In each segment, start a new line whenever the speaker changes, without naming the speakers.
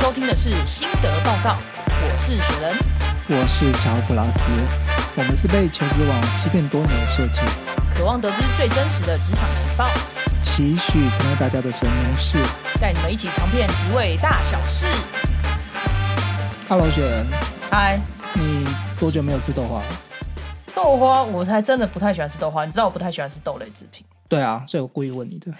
收听的是心得报告，我是雪人。
我是乔普拉斯，我们是被求职网欺骗多年的设计，
渴望得知最真实的职场情报，
期许成为大家的神农氏。
带你们一起尝遍职位大小事。
Hello，雪人，
嗨，
你多久没有吃豆花了？
豆花，我还真的不太喜欢吃豆花，你知道我不太喜欢吃豆类制品，
对啊，所以我故意问你的。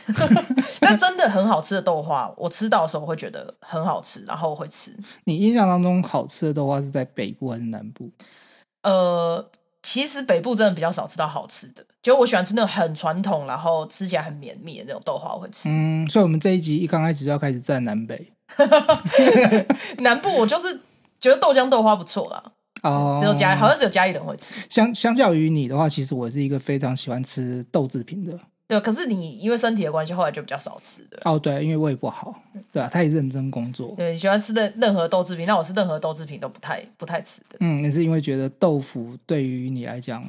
但真的很好吃的豆花，我吃到的时候会觉得很好吃，然后我会吃。
你印象当中好吃的豆花是在北部还是南部？
呃，其实北部真的比较少吃到好吃的，就我喜欢吃那种很传统，然后吃起来很绵密的那种豆花，我会吃。
嗯，所以我们这一集一刚开始就要开始站南北
南部我就是觉得豆浆豆花不错啦，
哦。
只有家、好像只有家里人会吃。
相相较于你的话，其实我是一个非常喜欢吃豆制品的。
对，可是你因为身体的关系，后来就比较少吃的。
哦，对，因为胃不好，对啊，太认真工作。
对，你喜欢吃的任何豆制品，那我是任何豆制品都不太不太吃的。
嗯，你是因为觉得豆腐对于你来讲，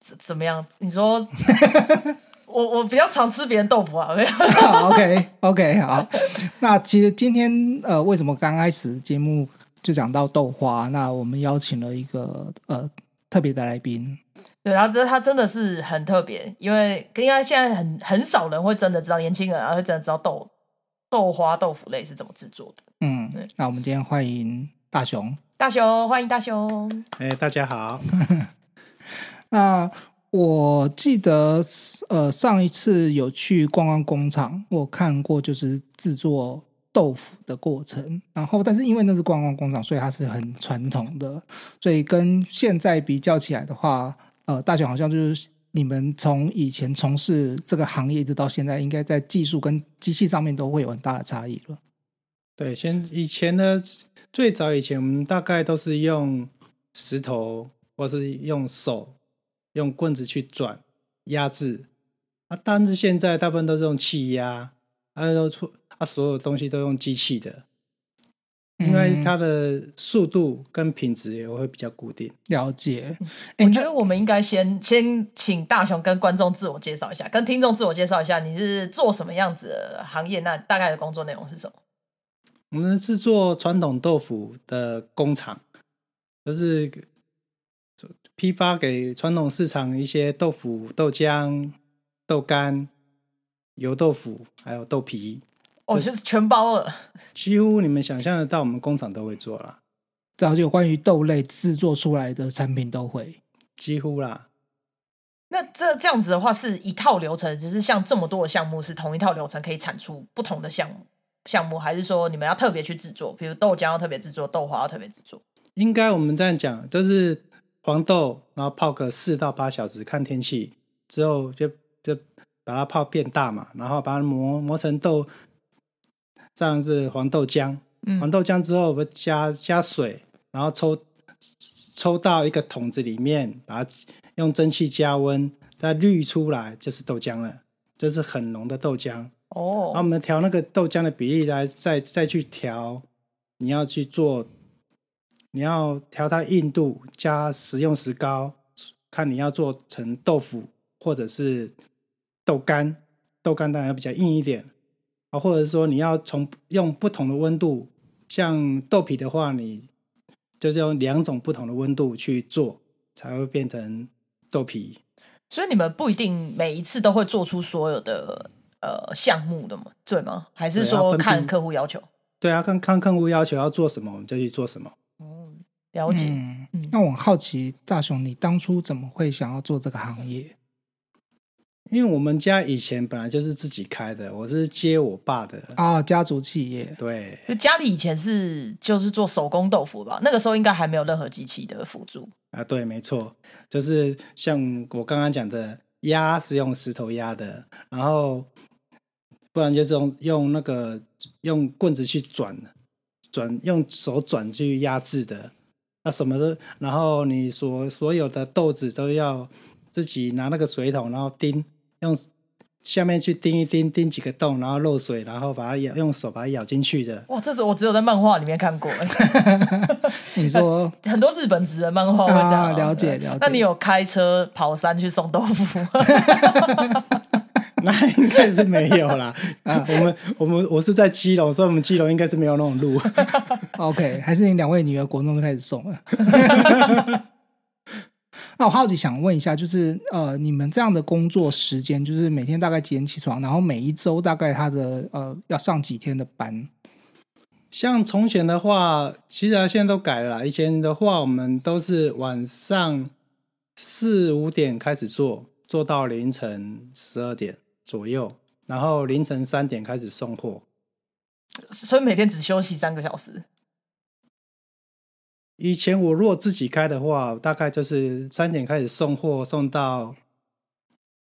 怎怎么样？你说我我比较常吃别人豆腐啊，没有
好，OK OK，好。那其实今天呃，为什么刚开始节目就讲到豆花？那我们邀请了一个呃特别的来宾，
对，然后这它真的是很特别，因为应该现在很很少人会真的知道，年轻人啊会真的知道豆豆花豆腐类是怎么制作的。
嗯
对，
那我们今天欢迎大雄。
大雄，欢迎大雄。
哎、大家好，
那我记得呃上一次有去逛逛工厂，我看过就是制作。豆腐的过程，然后但是因为那是观光工厂，所以它是很传统的，所以跟现在比较起来的话，呃，大雄好像就是你们从以前从事这个行业一直到现在，应该在技术跟机器上面都会有很大的差异了。
对，先以前呢，最早以前我们大概都是用石头或是用手用棍子去转压制，啊，但是现在大部分都是用气压，啊都出啊所有东西都用机器的，因为它的速度跟品质也会比较固定。
了解，哎
嗯我觉得我们应该先先请大雄跟观众自我介绍一下，跟听众自我介绍一下，你是做什么样子的行业？那大概的工作内容是什么？
我们是做传统豆腐的工厂，就是批发给传统市场一些豆腐、豆浆、豆干、油豆腐，还有豆皮，
哦，就是全包了。
几乎你们想象得到，我们工厂都会做啦，
了解关于豆类制作出来的产品都会。
几乎啦。
那这这样子的话，是一套流程，只是像这么多的项目是同一套流程可以产出不同的项目项目，还是说你们要特别去制作？比如豆浆要特别制作，豆花要特别制作。
应该我们这样讲，就是黄豆，然后泡个四到八小时，看天气之后就就把它泡变大嘛，然后把它磨磨成豆，这样是黄豆浆。黄
嗯，
豆浆之后，我们加加水，然后抽抽到一个桶子里面，把它用蒸汽加温，再滤出来就是豆浆了。这是很浓的豆浆。然后啊我
哦，
们调那个豆浆的比例来，再再去调，你要去做，你要调它的硬度，加食用石膏，看你要做成豆腐或者是豆干，豆干当然要比较硬一点啊，或者说你要从用不同的温度，像豆皮的话，你就是用两种不同的温度去做，才会变成豆皮。
所以你们不一定每一次都会做出所有的呃项目的嘛，对吗？还是
对要
说
分批
看客户要求？
对啊，看看客户要求要做什么，我们就去做什么。
嗯，了解。
嗯
嗯，
那我很好奇，大雄，你当初怎么会想要做这个行业？
因为我们家以前本来就是自己开的，我是接我爸的。
啊、家族企业，
对，
就家里以前是就是做手工豆腐吧，那个时候应该还没有任何机器的辅助。
啊，对，没错，就是像我刚刚讲的，压是用石头压的，然后不然就是用用那个用棍子去转，转用手转去压制的。那什么都，然后你所所有的豆子都要自己拿那个水桶，然后钉，用下面去钉一钉，钉几个洞，然后漏水，然后把它咬，用手把它咬进去的。
哇，这是我只有在漫画里面看过、
你说
很多日本职的漫画会这样、
啊了解
对
了解
那你有开车跑山去送豆腐？
那应该是没有啦。
啊
我们我们我是在基隆，所以我们基隆应该是没有那种路。
OK，还是你两位女儿国中就开始送了。 那我好奇想问一下，就是呃，你们这样的工作时间，就是每天大概几点起床？然后每一周大概他的呃要上几天的班？
像从前的话，其实啊现在都改了啦。以前的话，我们都是晚上四五点开始做，做到凌晨十二点左右，然后凌晨三点开始送货。
所以每天只休息三个小时。
以前我如果自己开的话，大概就是三点开始送货，送到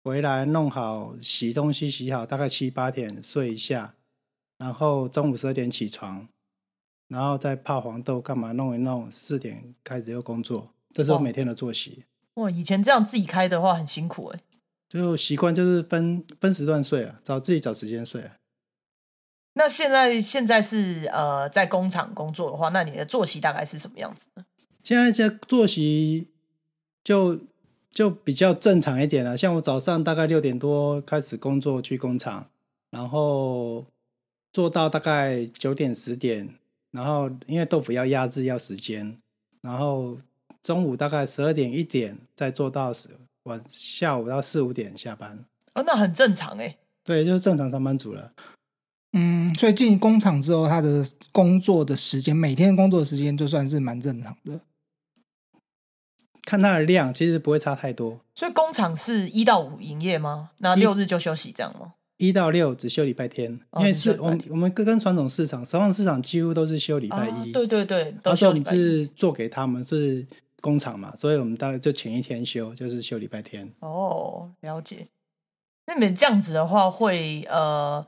回来弄好洗东西洗好，大概七八点睡一下，然后中午十二点起床，然后再泡黄豆干嘛弄一弄，四点开始又工作，这是我
哇
每天的作息。
哇，以前这样自己开的话很辛苦哎、
就习惯就是分分时段睡啊，找自己找时间睡啊。
那现在现在是呃在工厂工作的话，那你的作息大概是什么样子呢？
现在这作息就就比较正常一点了。像我早上大概六点多开始工作去工厂，然后做到大概九点十点，然后因为豆腐要压制要时间，然后中午大概十二点一点再做到10晚下午到四五点下班。
哦，那很正常哎、
对，就是正常上班族了。
嗯，所以进工厂之后，他的工作的时间，每天工作的时间就算是蛮正常的。
看它的量，其实不会差太多。
所以工厂是一到五营业吗？那六日就休息这样吗？
一到六只休礼拜天，
哦
因为
只休礼
是
拜
我们我们跟跟传统市场、时尚市场几乎都是休礼拜
啊
一。，
对对对，
那
都
时
休
候我
礼
们
拜一。
是做给他们是工厂嘛，所以我们大概就前一天休，就是休礼拜天。
哦，了解。那你们这样子的话会，呃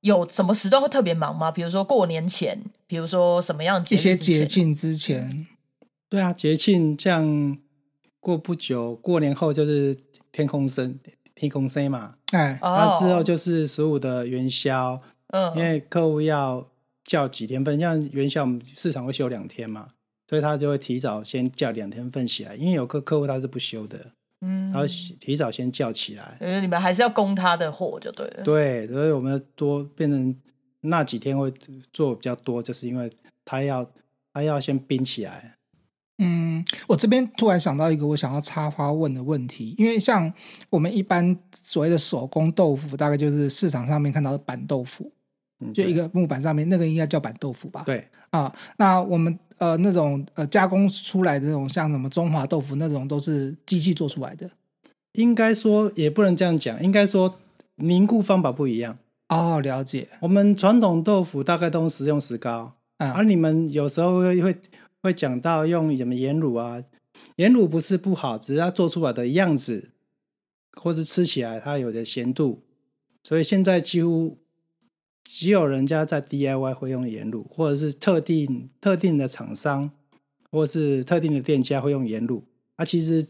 有什么时段会特别忙吗？比如说过年前，比如说什么样节
一
日
些
之
节
前，
庆之前，
对啊，节庆这样过不久，过年后就是天空生天空生嘛，
哎，
那、
哦，
之后就是十五的元宵，因
嗯，
为客户要叫几天份，像元宵我们市场会休两天嘛，所以他就会提早先叫两天份起来，因为有个客户他是不休的，
嗯，
他会提早先叫起来。
呃，你们还是要供他的货就对了。
对，所以我们要多变成那几天会做比较多，就是因为他要他要先冰起来。
嗯，我这边突然想到一个我想要插花问的问题，因为像我们一般所谓的手工豆腐，大概就是市场上面看到的板豆腐，
嗯
就
对
一个木板上面那个应该叫板豆腐吧？
对，
啊，那我们呃那种呃加工出来的那种像什么中华豆腐那种都是机器做出来的
应该说也不能这样讲，应该说凝固方法不一样。
哦，了解
我们传统豆腐大概都是用石膏，
啊
而你们有时候会会会讲到用什么盐卤啊，盐卤不是不好，只是它做出来的样子，或是吃起来它有的咸度，所以现在几乎只有人家在 DIY 会用盐卤，或者是特定特定的厂商或是特定的店家会用盐卤。啊，其实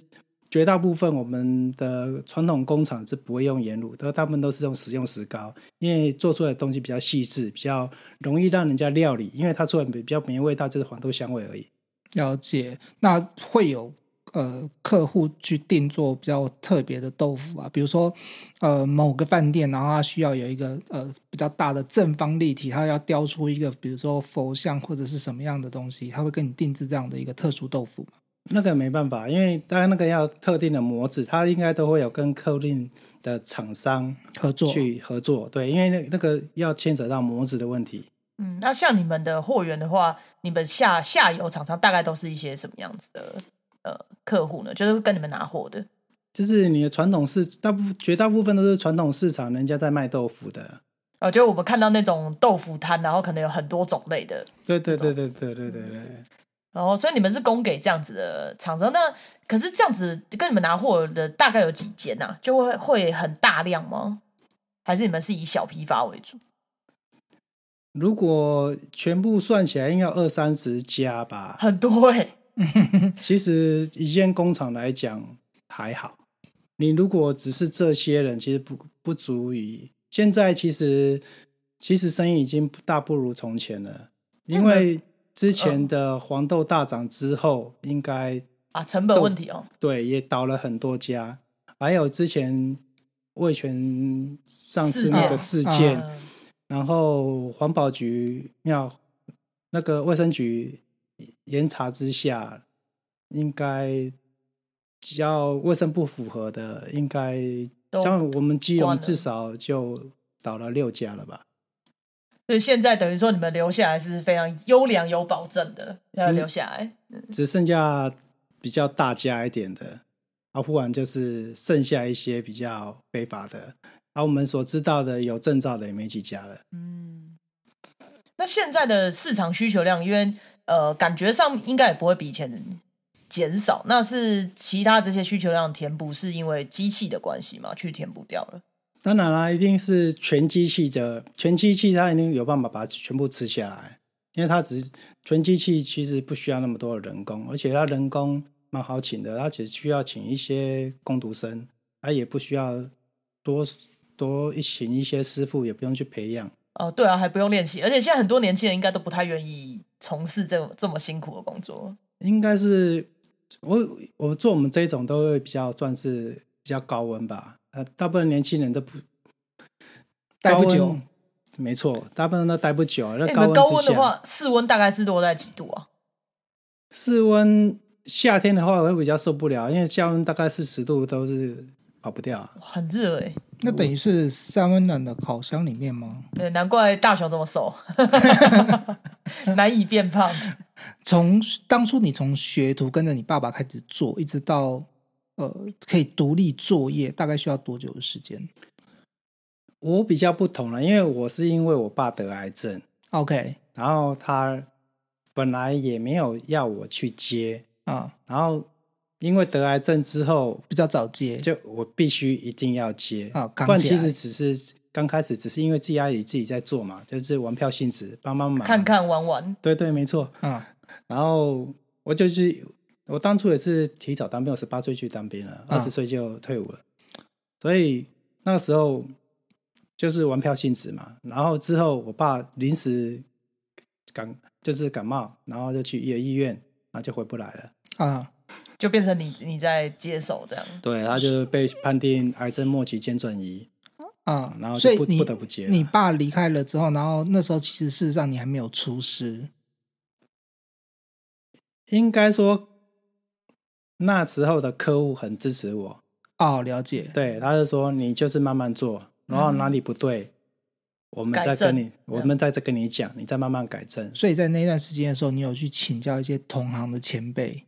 绝大部分我们的传统工厂是不会用盐卤，都大部分都是用食用石膏，因为做出来的东西比较细致，比较容易让人家料理，因为它做的比较没味道，就是黄豆香味而已。
了解，那会有呃客户去定做比较特别的豆腐啊，比如说呃某个饭店，然后他需要有一个呃比较大的正方立体，他要雕出一个比如说佛像或者是什么样的东西，他会跟你定制这样的一个特殊豆腐吗
那个没办法，因为当然那个要特定的模子，它应该都会有跟特定的厂商
合作
去合作，对，因为那那个要牵扯到模子的问题。
嗯，那像你们的货源的话，你们下下游厂商大概都是一些什么样子的呃客户呢？就是跟你们拿货的，
就是你的传统市，大部绝大部分都是传统市场人家在卖豆腐的，
呃，就我们看到那种豆腐摊，然后可能有很多种类的，
对对对
这
对对对对对。
然哦后所以你们是供给这样子的厂商，那可是这样子跟你们拿货的大概有几间啊？就会会很大量吗？还是你们是以小批发为主？
如果全部算起来，应该有二三十家吧。
很多哎、
其实一间工厂来讲还好，你如果只是这些人，其实不不足以。现在其实其实生意已经不大不如从前了，因
那
为之前的黄豆大涨之后，应该
啊，成本问题哦，
对也倒了很多家，还有之前味全上次那个
事
事件，
件
嗯
然后环保局庙那个卫生局严查之下，应该只要卫生不符合的，应该
都
像我们基
关
隆
了
至少就倒了六家了吧？
所以现在等于说你们留下来是非常优良、有保证的，要留下来。
只剩下比较大家一点的，啊，不然就是剩下一些比较非法的，啊，我们所知道的有证照的也没几家了。
嗯，那现在的市场需求量，因为呃，感觉上应该也不会比以前减少，那是其他这些需求量填补是因为机器的关系嘛，去填补掉了。
当然啦，一定是全机器的，全机器它一定有办法把它全部吃下来，因为它只全机器其实不需要那么多的人工，而且它人工蛮好请的，它只需要请一些工读生，它也不需要多多一请一些师傅，也不用去培养。
哦、对啊，还不用练习，而且现在很多年轻人应该都不太愿意从事这种这么辛苦的工作。
应该是我我做我们这种都会比较算是比较高温吧，呃，大部分年轻人都不
待不，
高
久
温没 错，大部分人都待不久。那
哎你
高
们高
温啊
温
之
的
下，
话，室温大概是落在几度啊？
室温夏天的话我会比较受不了，因为夏温大概四十度都是跑不掉啊。
哇很热哎、
那等于是三温暖的烤箱里面吗？
对，难怪大雄这么 瘦， 难以变胖。
从当初你从学徒跟着你爸爸开始做，一直到呃可以独立作业，大概需要多久的时间
我比较不同了，因为我是因为我爸得癌症，
？OK
然后他本来也没有要我去接，
啊，
然后因为得癌症之后，
比较早接，
就我必须一定要接
啊扛
不然
起来
其实只是刚开始只是因为自己家里自己在做嘛，就是玩票性质帮帮忙，
看看玩玩，
对对没错。
啊
然后我就是我当初也是提早当兵，我十八岁去当兵了，
嗯
二十岁就退伍了，所以那时候就是玩票性质嘛。然后之后我爸临时感就是感冒，然后就去医院，然后就回不来了。
啊，
就变成你你在接手这样。
对，他就被判定癌症末期间转移。
啊，
嗯然后就
所以
不
你
不得不接了
你爸离开了之后，然后那时候其实事实上你还没有出师
应该说那时候的客户很支持我，
哦，了解
对，他就说你就是慢慢做，然
嗯
后哪里不对，我们再跟你，我们再再跟你讲，你再慢慢改正。
所以在那段时间的时候，你有去请教一些同行的前辈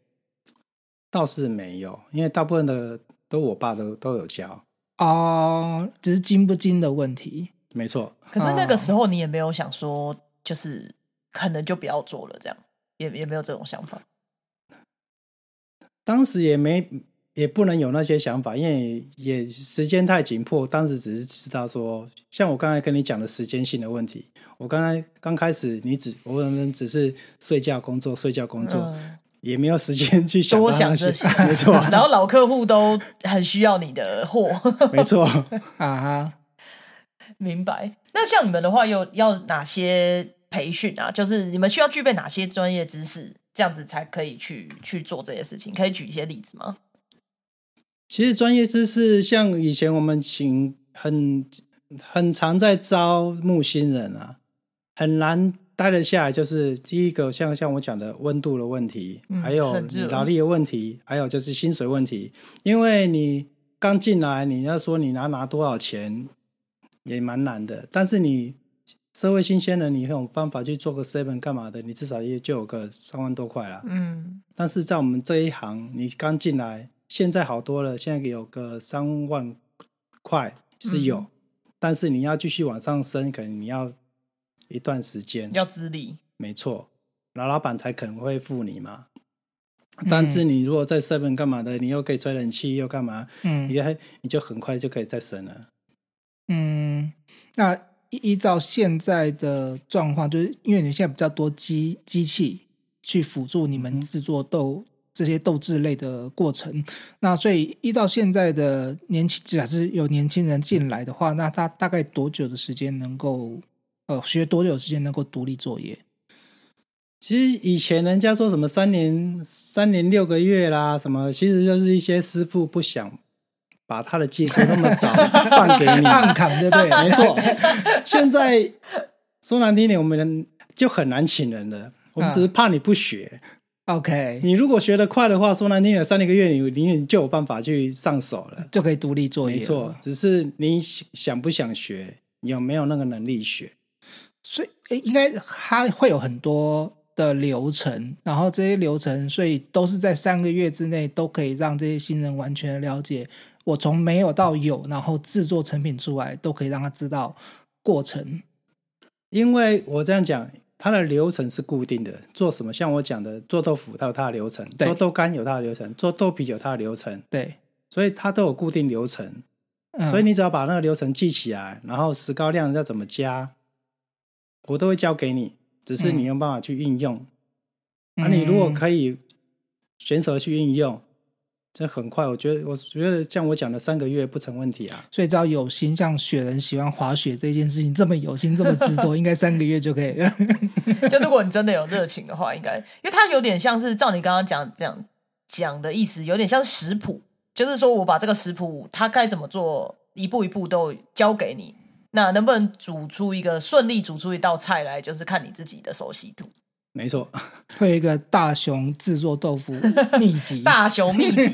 倒是没有，因为大部分的都我爸都都有教，
哦，只是精不精的问题。
没错，
可是
哦
那个时候你也没有想说，就是可能就不要做了，这样也也没有这种想法。
当时也没。也不能有那些想法，因为也时间太紧迫。当时只是知道说，像我刚才跟你讲的时间性的问题，我刚才刚开始，你只我们只是睡觉工作，睡觉工作，
嗯，
也没有时间去想
多
到那
想这
些
些，
没错，
然后老客户都很需要你的货，
没错。
啊哈，
明白？那像你们的话，又要哪些培训啊？就是你们需要具备哪些专业知识，这样子才可以去去做这些事情？可以举一些例子吗？
其实专业知识，像以前我们请很很常在招募新人啊，很难待得下来。就是第一个，像像我讲的温度的问题，
嗯
还有
很
你
热
劳力的问题，还有就是薪水问题。因为你刚进来，你要说你拿拿多少钱，也蛮难的。但是你社会新鲜人，你有办法去做个 seven 干嘛的？你至少也就有个三万多块啦。
嗯，
但是在我们这一行，你刚进来，现在好多了，现在有个三万块是有，但是你要继续往上升，可能你要一段时间，
要资历，
没错，老老板才可能会付你嘛。但是你如果在 seven 干嘛的，你又可以吹冷气，又干嘛，
嗯
你还你就很快就可以再升了。
嗯，那依依照现在的状况，就是因为你现在比较多机机器去辅助你们
嗯哼
制作豆、这些豆制类的过程，那所以依照现在的年轻，假设有年轻人进来的话，那他大概多久的时间能够呃学多久的时间能够独立作 业？
其实以前人家说什么三年三年六个月啦，什么，其实就是一些师傅不想把它的技术那么早放给你，
暗砍就对了，
没错，现在说难听一点，我们就很难请人了。我们只是怕你不学，
，OK
你如果学得快的话，说难听点，三四个月你你就有办法去上手了。
就可以独立作业，
没错，。只是你想不想学，有没有那个能力学？
所以诶应该它会有很多的流程，然后这些流程，所以都是在三个月之内都可以让这些新人完全了解。我从没有到有，然后制作成品出来，都可以让他知道过程。
因为我这样讲，它的流程是固定的。做什么？像我讲的，做豆腐它有它的流程，
对
做豆干有它的流程，做豆皮有它的流程，
对，
所以它都有固定流程。
嗯、
所以你只要把那个流程记起来，然后石膏量要怎么加，我都会教给你，只是你
嗯
有没有办法去运用。啊，你如果
以，
可以选手去运用，这很快，我觉得，我觉得像我讲的三个月不成问题啊。
所以只要有心，像雪人喜欢滑雪这件事情这么有心，这么执 着，应该三个月就可以了。
就如果你真的有热情的话，应该，因为它有点像是照你刚刚讲讲讲的意思，有点像食谱，就是说我把这个食谱它该怎么做，一步一步都教给你。那能不能煮出一个顺利煮出一道菜来，就是看你自己的熟悉度。，
没错，
会有一个大熊制作豆腐秘籍
大熊秘籍，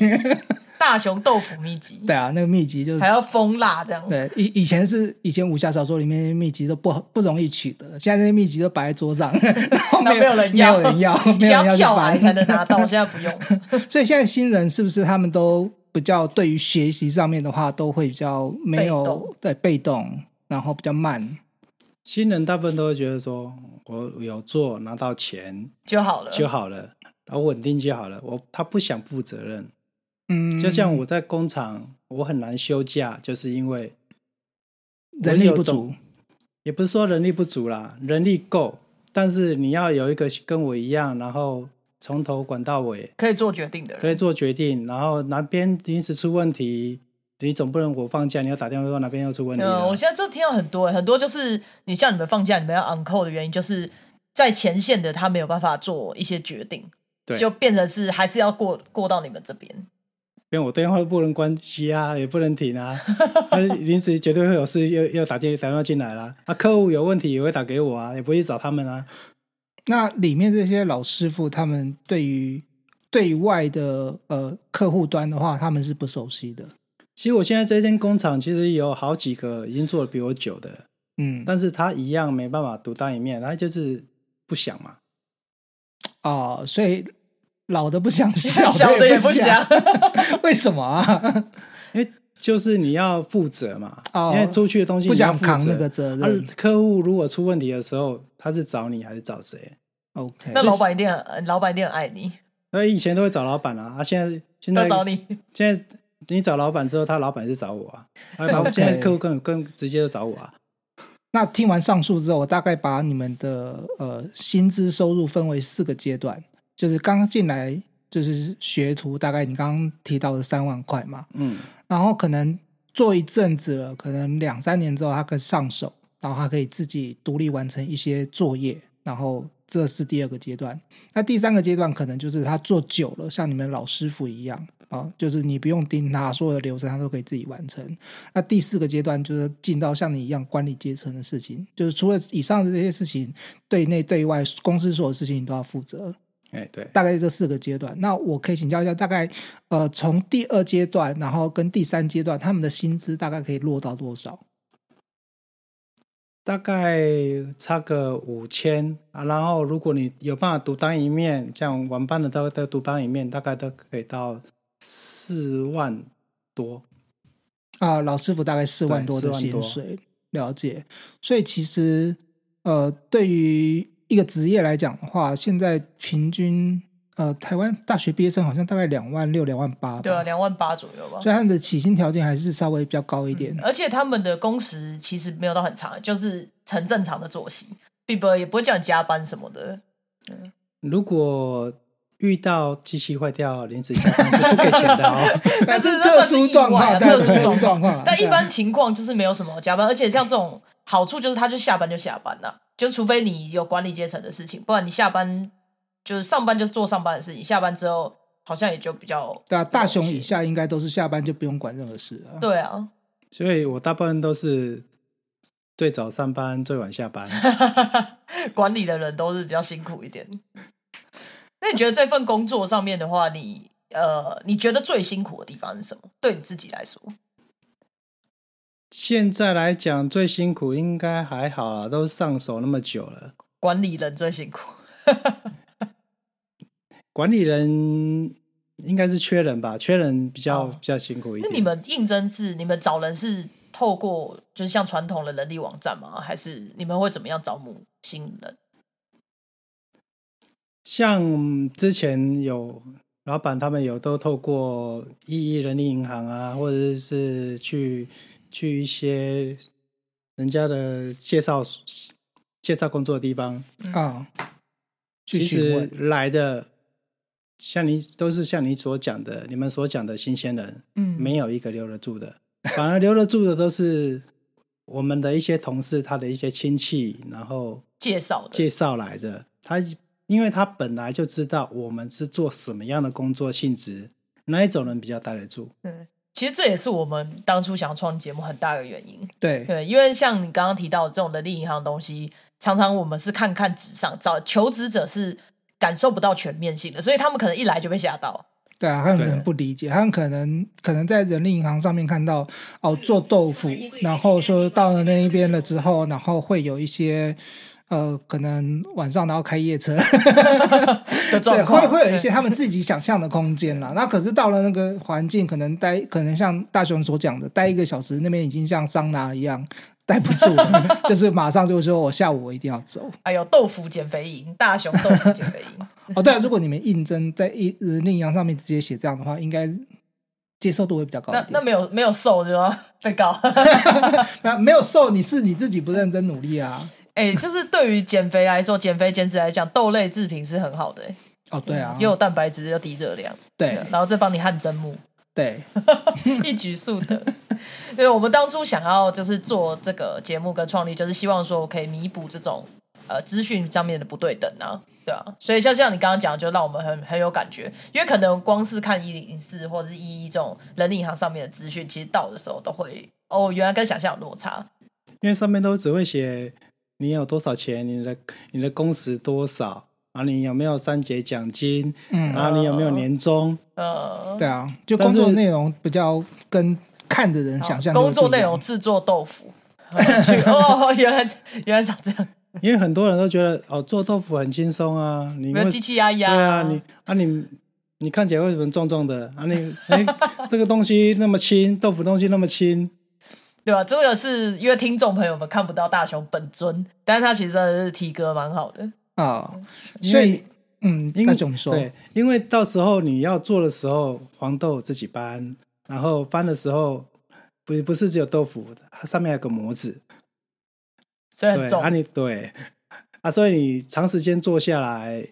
大熊豆腐秘籍，
对啊，那个秘籍就是
还要封辣这样。
对，以以前是以前武侠小说里面秘籍都不不容易取得，现在这些秘籍都摆在 桌上，然后
那
没
没有人要，
没有 人要，
你
没
只
有
要
人要去
跳来
翻
才能拿到，现在不用。
所以现在新人是不是他们都比较对于学习上面的话，都会比较没有
被动
对被动，然后比较慢。
新人大部分都会觉得说，我有做拿到钱
就好了，
就好了，然后稳定就好了。我他不想负责任，
嗯，
就像我在工厂，我很难休假，就是因为
人力不足，
也不是说人力不足啦，人力够，但是你要有一个跟我一样，然后从头管到尾，
可以做决定的人，
可以做决定，然后哪边临时出问题，你总不能我放假，你要打电话说哪边又出问题啊了。
嗯，我现在这听到很多、欸很多就是你像你们放假，你们要 on call 的原因，就是在前线的他没有办法做一些决定，
对
就变成是还是要过过到你们这边。
因为我电话不能关机啊，也不能停啊，那临时绝对会有事又又打电打电话进来啦。啊，客户有问题也会打给我啊，也不会去找他们啊。
那里面这些老师傅他们对于对外的呃客户端的话，他们是不熟悉的。
其实我现在这间工厂其实有好几个已经做的比我久的，
嗯，
但是他一样没办法独当一面，他就是不想嘛。
哦、所以老的不想， 小
小的
也
也不
想
想，
为什么 啊？
就是你要负责嘛，
哦
因为出去的东西
不
你要
想
负责
扛那个责
啊
任。
客户如果出问题的时候，他是找你还是找谁？
OK，
那老板一定很，呃老板一定很爱你，
所以以前都会找老板啊，啊现在现
要
在
找你。
现在你找老板之后，他老板是找我啊，啊 老
OK
现在客户更更直接就找我啊。
那听完上述之后，我大概把你们的呃薪资收入分为四个阶段，就是刚进来就是学徒，大概你刚刚提到的三万块嘛，
嗯，
然后可能做一阵子了，可能两三年之后他可以上手，然后他可以自己独立完成一些作业，然后这是第二个阶段。那第三个阶段可能就是他做久了，像你们老师傅一样啊，就是你不用盯他，所有的流程他都可以自己完成。那第四个阶段就是进到像你一样管理阶层的事情，就是除了以上的这些事情，对内对外公司所有事情你都要负责。
哎对，
大概这四个阶段。那我可以请教一下，大概呃，从第二阶段，然后跟第三阶段，他们的薪资大概可以落到多少？
大概差个五千啊，然后如果你有办法独当一面，像玩伴的都都独当一面，大概都可以到四万多。
啊、老师傅大概四万
对
多的
4万
薪
多
水，了解。所以其实呃，对于一个职业来讲的话，现在平均呃，台湾大学毕业生好像大概两万六、两万八吧，
对啊，两万八嗯左右吧。
所以他们的起薪条件还是稍微比较高一点。
而且他们的工时其实没有到很长，就是很正常的作息，并不也不会叫你加班什么的。
如果遇到机器坏掉，临时加班是不给钱 的哦。
但
是那
特
算是
殊
意
状
外
况，
啊
对
特殊
特殊
状
状况啊。
但一
对啊
般情况就是没有什么加班，而且像这种好处就是他就下班就下班了、就除非你有管理阶层的事情，不然你下班就是上班就是做上班的事情，下班之后好像也就比较
对啊，大熊以下应该都是下班就不用管任何事了。
对啊，
所以我大部分都是最早上班，最晚下班。
管理的人都是比较辛苦一点。那你觉得这份工作上面的话，你呃，你觉得最辛苦的地方是什么？对你自己来说，
现在来讲最辛苦应该还好啦，都上手那么久了，
管理人最辛苦。
管理人应该是缺人吧，缺人比较、
哦
比较辛苦一
那
点。
你们应征是你们找人是透过就是像传统的人力网站吗？还是你们会怎么样招募新人？
像之前有老板他们有都透过一一人力银行啊，或者是去去一些人家的介绍介绍工作的地方，
啊，去
其
询
实
问，
来的像你都是像你所讲的，你们所讲的新鲜人，
嗯
没有一个留得住的，反而留得住的都是我们的一些同事，他的一些亲戚，然后
介绍的
介绍来的。他因为他本来就知道我们是做什么样的工作性质，哪一种人比较待得住？
嗯，其实这也是我们当初想要创节目很大的原因。
对，
对，因为像你刚刚提到的这种人力银行的东西，常常我们是看看纸上，找求职者是感受不到全面性的，所以他们可能一来就被吓到。
对啊，他们可能
对
不理解，他们可能可能在人力银行上面看到哦做豆腐，然后说到了那一边了之后，然后会有一些呃可能晚上然后开夜车
的状
对，
况
会会有一些
对
他们自己想象的空间啦。那可是到了那个环境，可能待可能像大雄所讲的，待一个小时那边已经像桑拿一样待不住了， 就是马上就说我哦下午我一定要走。
哎呦，豆腐减肥营，大熊豆腐减肥 营，
哦，对、啊，如果你们应征在一人力银行上面直接写这样的话，应该接受度会比较高一
那
点。
那没有没有瘦就要被告。
那啊没有瘦，你是你自己不认真努力啊。
哎、就是对于减肥来说，减肥减脂来讲，豆类制品是很好的、欸，
哦，对啊，
又有蛋白质又低热量，
对
然后再帮你汗蒸 木，
对，
一举数得。对，我们当初想要就是做这个节目跟创立，就是希望说可以弥补这种呃资讯上面的不对等啊，对啊。所以像像你刚刚讲的，就让我们很很有感觉，因为可能光是看一零四或者是一一这种人力银行上面的资讯，其实到的时候都会哦，原来跟想象有落差。
因为上面都只会写你有多少钱，你的你的工时多少，然后你有没有三节奖金，
嗯，
然后你有没有 年终。
呃，
对啊，就
但
工
是
作内容比较跟看的人想象
工作内容
就
制作豆腐。去哦， 原来原来长这样，
因为很多人都觉得哦，做豆腐很轻松啊，你
没有
为
机器压嗯
对
压
啊，你啊你你看起来为什么壮壮的啊你？ 你这个东西那么轻，豆腐东西那么轻，
对吧、啊这个是因为听众朋友们看不到大雄本尊，但是他其实真的是体格蛮好的。
不一样啊，
因
所
为
以嗯，
因
那种说，
对，因为到时候你要做的时候，黄豆自己搬，然后搬的时候不不是只有豆腐，它上面还有个模子，
所以
对
很重，
啊你对啊，所以你长时间坐下来，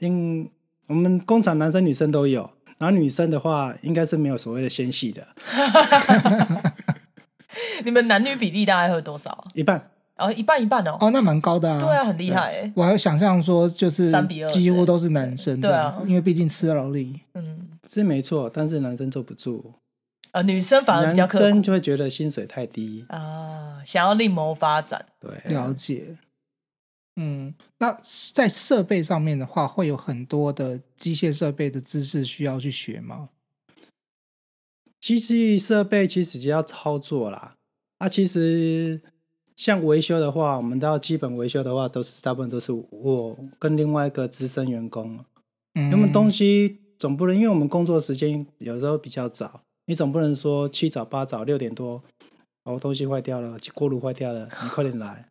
因我们工厂男生女生都有，然后女生的话应该是没有所谓的纤细的，
你们男女比例大概会有多少啊？
一半。
然、后一半一半哦。
哦，那蛮高的啊。
对啊，，很厉害哎。
我还想象说就是
3比2
几乎都是男生
对
这样
对啊
子，因为毕竟吃劳力。
嗯，
是没错，但是男生坐不住，
呃，女生反而比较
男
刻苦
生就会觉得薪水太低。
啊，想要另谋发展。
对，
了解。
啊
嗯，那在设备上面的话，会有很多的机械设备的知识需要去学吗？
机器设备其实只要操作啦。啊，其实像维修的话，我们到基本维修的话，都是大部分都是我跟另外一个资深员工。
嗯，
那么东西总不能，因为我们工作时间有时候比较早，你总不能说七早八早六点多，哦，东西坏掉了，锅炉坏掉了，你快点来。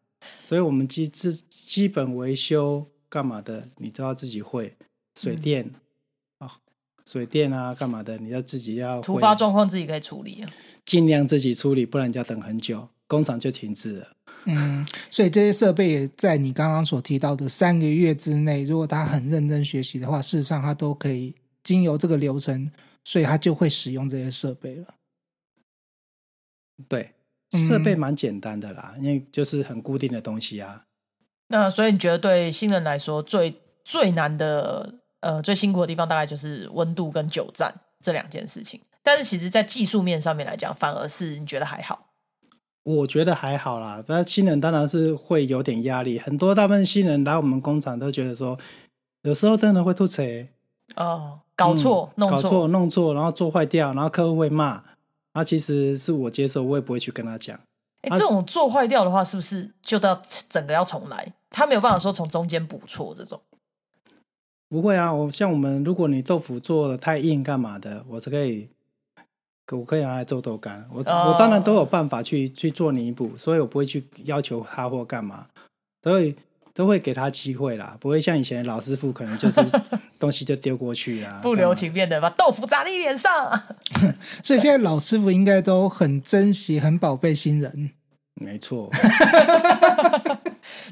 所以我们基基基本维修干嘛的，你都要自己会。水
嗯
电啊、水电啊，干嘛的，你要自己要
突
会
发状况自己可以处理啊。
尽量自己处理，不然你就要等很久，工厂就停滞了。
嗯，所以这些设备也在你刚刚所提到的三个月之内，如果他很认真学习的话，事实上他都可以经由这个流程，所以他就会使用这些设备了。
对，
嗯
设备蛮简单的啦，因为就是很固定的东西啊。
那所以你觉得对新人来说最最难的呃最辛苦的地方大概就是温度跟久站这两件事情。但是其实，在技术面上面来讲，反而是你觉得还好。
我觉得还好啦，那新人当然是会有点压力，很多大部分新人来我们工厂都觉得说，有时候真的会吐槽，
哦，搞错、
嗯
弄
搞错、弄错，然后做坏掉，然后客户会骂。那其实是我接受，我也不会去跟他讲。
哎、
啊
这种做坏掉的话，是不是就到整个要重来？他没有办法说从中间补错这种。
不会啊，我像我们，如果你豆腐做的太硬干嘛的，我是可以，我可以拿来做豆干。我、
哦
我当然都有办法去去做弥补，所以我不会去要求他或干嘛，所以都会给他机会啦，不会像以前的老师傅可 能就是东西就丢过去啊啦，
不留情面的把豆腐砸你脸上。
所以现在老师傅应该都很珍惜、很宝贝新人。
干嘛。没错，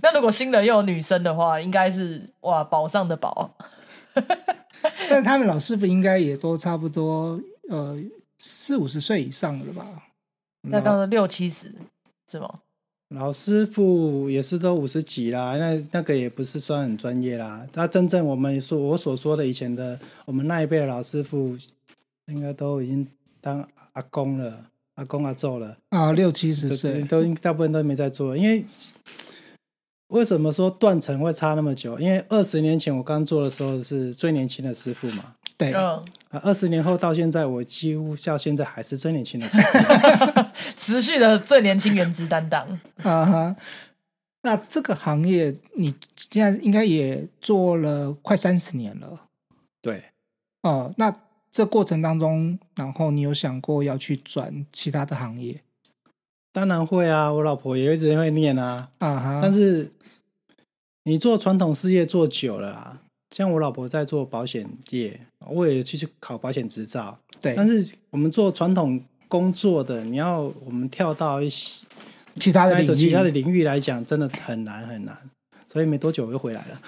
那如果新人又有女生的话，应该是哇宝上的宝。
但他们老师傅应该也都差不多呃四五十岁以上了吧？
嗯
那刚刚六七十是吗？
老师傅也是都五十几啦，那那个也不是算很专业啦。他真正我们说我所说的以前的我们那一辈的老师傅，应该都已经当阿公了，阿公阿祖了，
啊，六七十
都
岁，
都大部分都没在做。因为为什么说断层会差那么久？因为二十年前我刚做的时候是最年轻的师傅嘛，
对，
嗯，
啊，二十年后到现在，我几乎到现在还是最年轻的师傅。
持续的最年轻原子担当。
啊哈，那这个行业你现在应该也做了快三十年了
对，
哦。那这过程当中，然后你有想过要去转其他的行业
当然会啊，我老婆也一直会念啊。
啊哈？
但是你做传统事业做久了啦，像我老婆在做保险业，我也去去考保险执照。
对，
但是我们做传统工作的，你要我们跳到一些
其他的
那一
领
种
域
其他的领域来讲，真的很难很难。所以没多久我又回来了。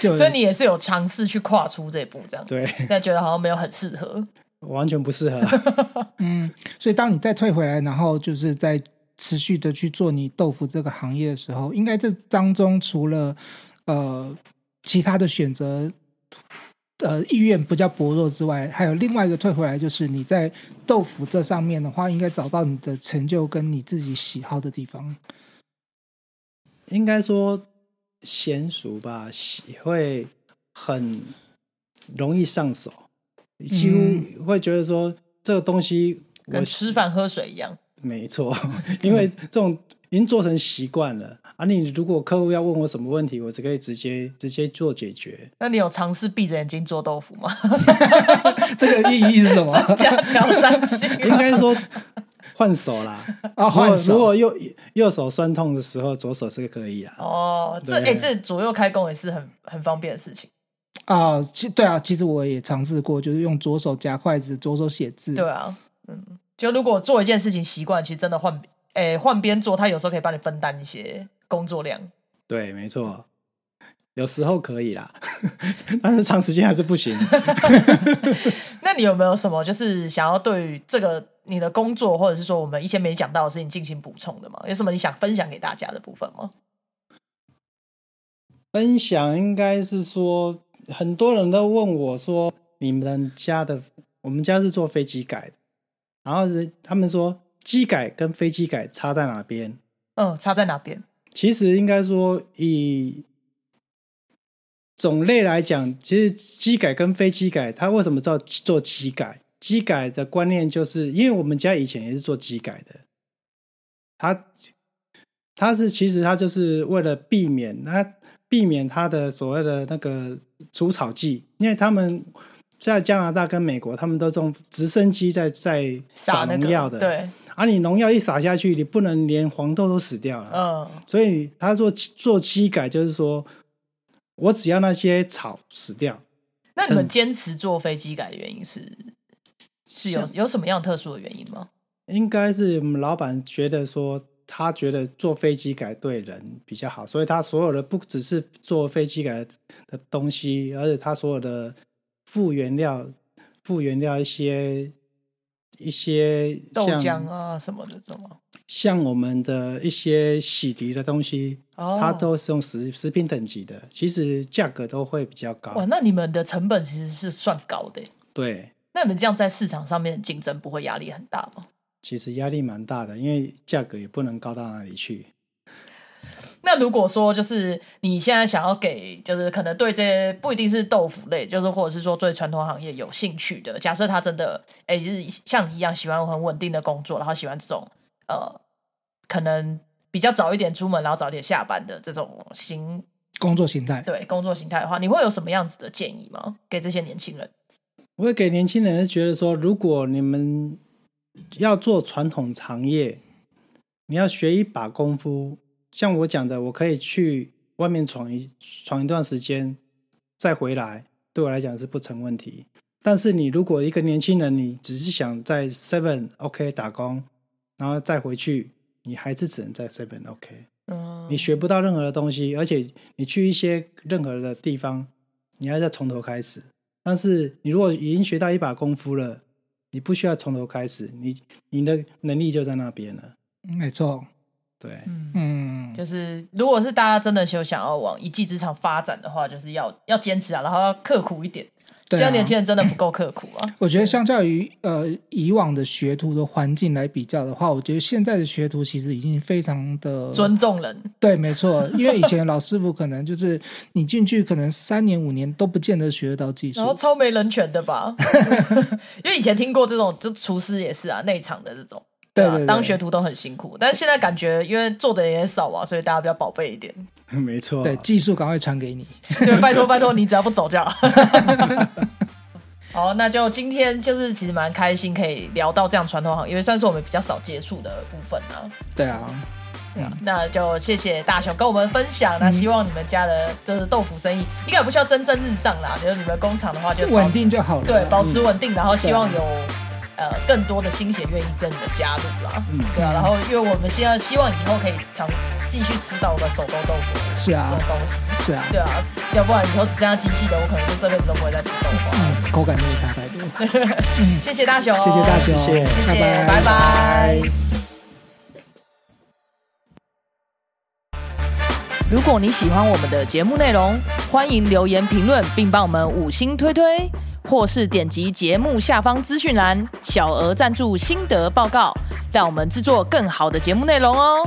就
所以你也是有尝试去跨出这一步，这样，
对，
但觉得好像没有很适合。
我 完全不适合。
嗯，所以当你再退回来，然后就是在持续的去做你豆腐这个行业的时候，应该这当中除了呃其他的选择，呃意愿比较薄弱之外，还有另外一个退回来，就是你在豆腐这上面的话，应该找到你的成就跟你自己喜好的地方。
应该说娴熟吧，喜会很容易上手，几
嗯
乎会觉得说这个东西我
跟吃饭喝水一样，
没错， 因为这种已经做成习惯了啊。你如果客户要问我什么问题，我只可以直接直接做解决。
那你有尝试闭着眼睛做豆腐 吗？
这个意义是 什么？
这样挑战性吗
应该说换手 啦，
啊，
如果
换
如
手
果右右手酸痛的时候，左手是可以啦。
哦，这哎、
对
这左右开弓也是很很方便的事情。
啊，其对啊，其实我也尝试过，就是用左手夹筷子，左手写字。
对啊，嗯，就如果做一件事情习惯，其实真的换，哎、换边做，他有时候可以帮你分担一些工作量。
对，没错，有时候可以啦， 但是长时间还是不行。
那你有没有什么就是想要对于这个你的工作，或者是说我们一些没讲到的事情进行补充的吗？有什么你想分享给大家的部分吗？
分享应该是说，很多人都问我说，你们家的，我们家是做飞机改的，然后是他们说机改跟飞机改差在哪边？
嗯，差在哪边？
其实应该说以种类来讲，其实机改跟非机改，它为什么叫做机改？机改的观念就是，因为我们家以前也是做机改的，它它是其实它就是为了避免它避免它的所谓的那个除草剂，因为他们在加拿大跟美国，他们都用直升机在在撒
撒那
农
个
药的，，
对，
啊，你农药一撒下去，你不能连黄豆都死掉了，
嗯，
所以他做做机改，就是说我只要那些草死掉，
那你们
真
坚持做飞机改的原因是是有
像
有什么样特殊的原因吗？
应该是我们老板觉得说，他觉得做飞机改对人比较好，所以他所有的不只是做飞机改的东西，而且他所有的复原料、复原料一些一些
豆
像
浆啊什么的，这种吗
像我们的一些洗涤的东西，
哦
它都是用食食品等级的，其实价格都会比较
哇，
高。
那你们的成本其实是算高的耶。欸
对，
那你们这样在市场上面的竞争不会压力很大吗？
其实压力蛮大的，因为价格也不能高到哪里去。
那如果说就是你现在想要给，就是可能对这些不一定是豆腐类，就是或者是说对传统行业有兴趣的，假设他真的哎、就是像你一样喜欢很稳定的工作，然后喜欢这种呃，可能比较早一点出门，然后早点下班的这种形
工作形态。
对工作形态的话，你会有什么样子的建议吗？给这些年轻人？
我会给年轻人是觉得说，如果你们要做传统行业，你要学一把功夫。像我讲的，我可以去外面闯一闯一段时间，再回来，对我来讲是不成问题。但是你如果一个年轻人，你只是想在 Seven OK 打工，然后再回去，你还是只能在 Seven OK。
嗯，
你学不到任何的东西，而且你去一些任何的地方，你还要再从头开始。但是你如果已经学到一把功夫了，你不需要从头开始，你你的能力就在那边了。
没错，
对，
嗯，
嗯，
就是如果是大家真的有想要往一技之长发展的话，就是要要坚持啊，然后要刻苦一点。
对
现
啊
在年轻人真的不够刻苦啊。
我觉得相较于呃以往的学徒的环境来比较的话，我觉得现在的学徒其实已经非常的
尊重人，
对，没错，因为以前老师傅可能就是你进去可能三年五年都不见得学得到技术
然，后超没人权的 吧？因为以前听过这种，就厨师也是啊，内场的这种，
对
啊
对对
当学徒都很辛苦，但是现在感觉因为做的人也少啊，所以大家比较宝贝一点。
没错。
对技术赶快传给你。
对，拜托拜托，你只要不走就 好。好，那就今天就是其实蛮开心，可以聊到这样传统行业，因为算是我们比较少接触的部分啊。
对啊，
对啊那就谢谢大雄跟我们分享，那希望你们家的就是豆腐生意应该也不需要蒸蒸日上啦，就是你们工厂的话就保
稳定就好了。
对，保持稳定，然后希
嗯对啊
望有呃更多的新血愿意跟你们加入啦。
嗯
对啊，然后因为我们现在希望以后可以常继续吃到我们手工豆腐的
是啊
这种东西。
是啊，
对啊，要不然以后只剩下机器人，我可能就这辈子都不会再吃豆花。
嗯，口感就会差太多。
谢谢大雄，
谢谢大雄，
谢谢
谢谢，
拜
拜拜。如果你喜欢我们的节目内容，欢迎留言评论，并帮我们五星推推，或是点击节目下方资讯栏小额赞助心得报告，让我们制作更好的节目内容哦。